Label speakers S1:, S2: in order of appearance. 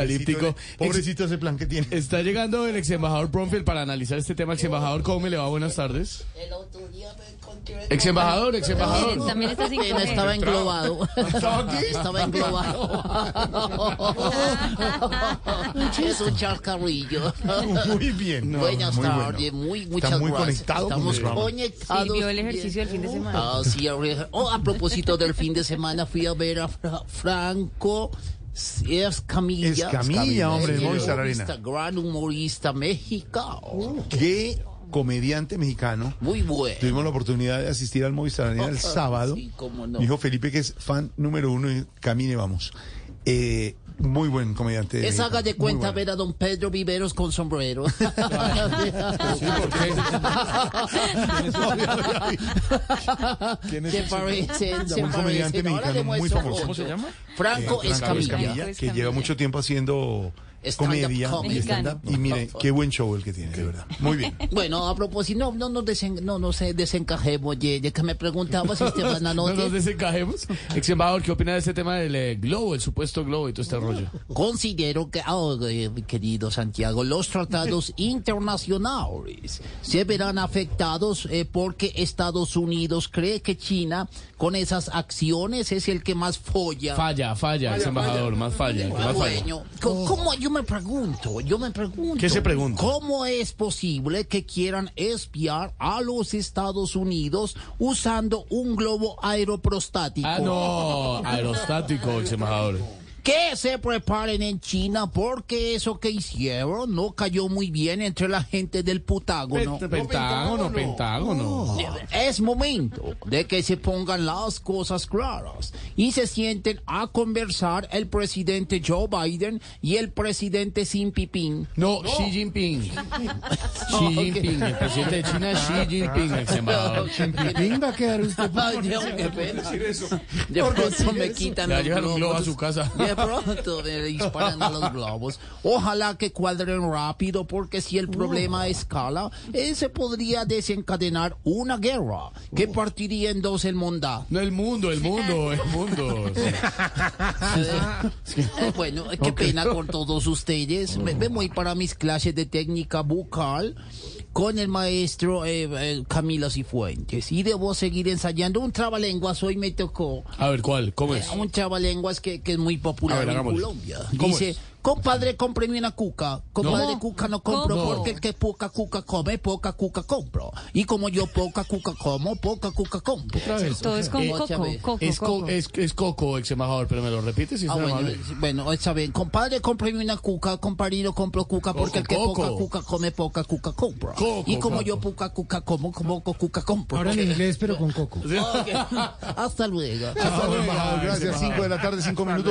S1: apocalíptico.
S2: Pobrecito, pobrecito ese plan que tiene.
S1: Está llegando el ex embajador Bromfield para analizar este tema. Ex embajador, ¿cómo me le va? Buenas tardes.
S3: El otro día me encontré
S1: Ex embajador, ex embajador.
S4: Miren, también está sin
S5: Eh, no estaba englobado.
S2: ¿Estaba aquí?
S5: Estaba englobado. es un charcarrillo.
S2: Muy bien.
S5: Buenas
S2: muy bueno.
S5: tardes, muy, muchas
S2: Está muy
S5: gracias.
S2: conectado con
S5: Estamos
S2: el programa.
S5: conectados.
S4: Sirvió el ejercicio del fin de semana.
S5: Ah, sí, ahora- oh, a propósito del fin de semana fui a ver a Fra- Franco Escamilla.
S2: Escamilla, hombre, de Movistar Arena.
S5: humorista, Gran humorista mexicano.
S2: Qué comediante mexicano.
S5: Muy bueno.
S2: Tuvimos la oportunidad de asistir al Movistar Arena el
S5: Ah,
S2: sábado.
S5: sí, cómo no.
S2: Dijo Felipe que es fan número uno y camine, vamos. Eh, muy buen comediante.
S5: Es haga de
S2: Muy
S5: cuenta
S2: bueno.
S5: ver a don Pedro Viveros con sombrero.
S1: ¿Quién
S5: Se parecen, se
S2: Un comediante
S5: parecen. Ahora
S2: mexicano
S5: le
S2: muy
S5: muestro
S2: famoso.
S5: foto.
S1: se llama?
S5: Franco Escamilla.
S2: Escamilla, que
S4: Escamilla.
S2: lleva mucho tiempo haciendo
S5: Stand-up
S2: comedia y
S5: comedy.
S2: stand-up. Y mire, qué buen show el que tiene, de verdad. Muy bien.
S5: Bueno, a propósito, no, no nos desen, no, no se desencajemos, Yeye, que me preguntaba si este
S1: No nos
S5: bananote
S1: desencajemos. Ex embajador, ¿qué opina de este tema del eh, globo, el supuesto globo y todo este rollo?
S5: considero que, ah, eh, querido Santiago, los tratados internacionales se verán afectados eh, porque Estados Unidos cree que China con esas acciones es el que más folla.
S1: Falla, falla, ex embajador, más falla, que más falla.
S5: Bueno, co- ¿cómo? Yo me pregunto, yo me pregunto.
S2: ¿Qué se pregunta?
S5: ¿Cómo es posible que quieran espiar a los Estados Unidos usando un globo aeroprostático?
S1: Ah, no, aerostático, ex embajador.
S5: Que se preparen en China porque eso que hicieron no cayó muy bien entre la gente del Putágono.
S1: Pent- Pentágono, pentágono.
S5: Es momento de que se pongan las cosas claras y se sienten a conversar el presidente Joe Biden y el presidente Xi Jinping.
S1: No, Xi Jinping. Xi Jinping, el presidente de China, Xi Jinping, ex embajador.
S2: Jinping va a quedar usted.
S5: Ay, Dios, qué pena. De pronto me quitan
S1: Le va a
S5: los
S1: llevar un globo a
S5: globos.
S1: su casa.
S5: De pronto me disparan a los globos. Ojalá que cuadren rápido, porque si el problema escala, eh, se podría desencadenar una guerra que partiría en dos el mondá.
S1: No, el mundo, el mundo, el mundo.
S5: Eh, Bueno, qué pena con todos ustedes. Me, me voy para mis clases de técnica bucal con el maestro eh, eh, Camila Cifuentes. Y debo seguir ensayando un trabalenguas. Hoy me tocó.
S1: A ver, ¿cuál? ¿Cómo es?
S5: A un trabalenguas que, que es muy popular
S1: Pues, A ver,
S5: en
S1: hagámoslo.
S5: Colombia.
S1: ¿Cómo
S5: Dice,
S1: es?
S5: compadre, cómpreme una cuca. Compadre,
S1: No.
S5: cuca no compro
S4: ¿Cómo?
S5: porque el que poca cuca come, poca cuca compro. Y como yo poca cuca como, poca cuca compro.
S1: Otra vez.
S4: Todo es con
S1: Eh,
S4: coco,
S5: Chávez,
S4: coco,
S1: Es, co-
S4: coco.
S1: es, es Coco, ex embajador, pero me lo repites si es
S5: Ah, bueno,
S1: amable.
S5: es- bueno, está bien. Compadre, cómpreme una cuca. Compadre, no compro cuca porque el que
S1: Coco,
S5: poca
S1: coco.
S5: cuca come, poca cuca compro.
S1: Coco,
S5: y como
S1: coco.
S5: yo poca cuca como, como poca cuca compro.
S6: Ahora en inglés, pero con coco.
S5: Ok. Hasta luego.
S2: Hasta luego, embajador. Gracias. Cinco de la tarde, cinco minutos.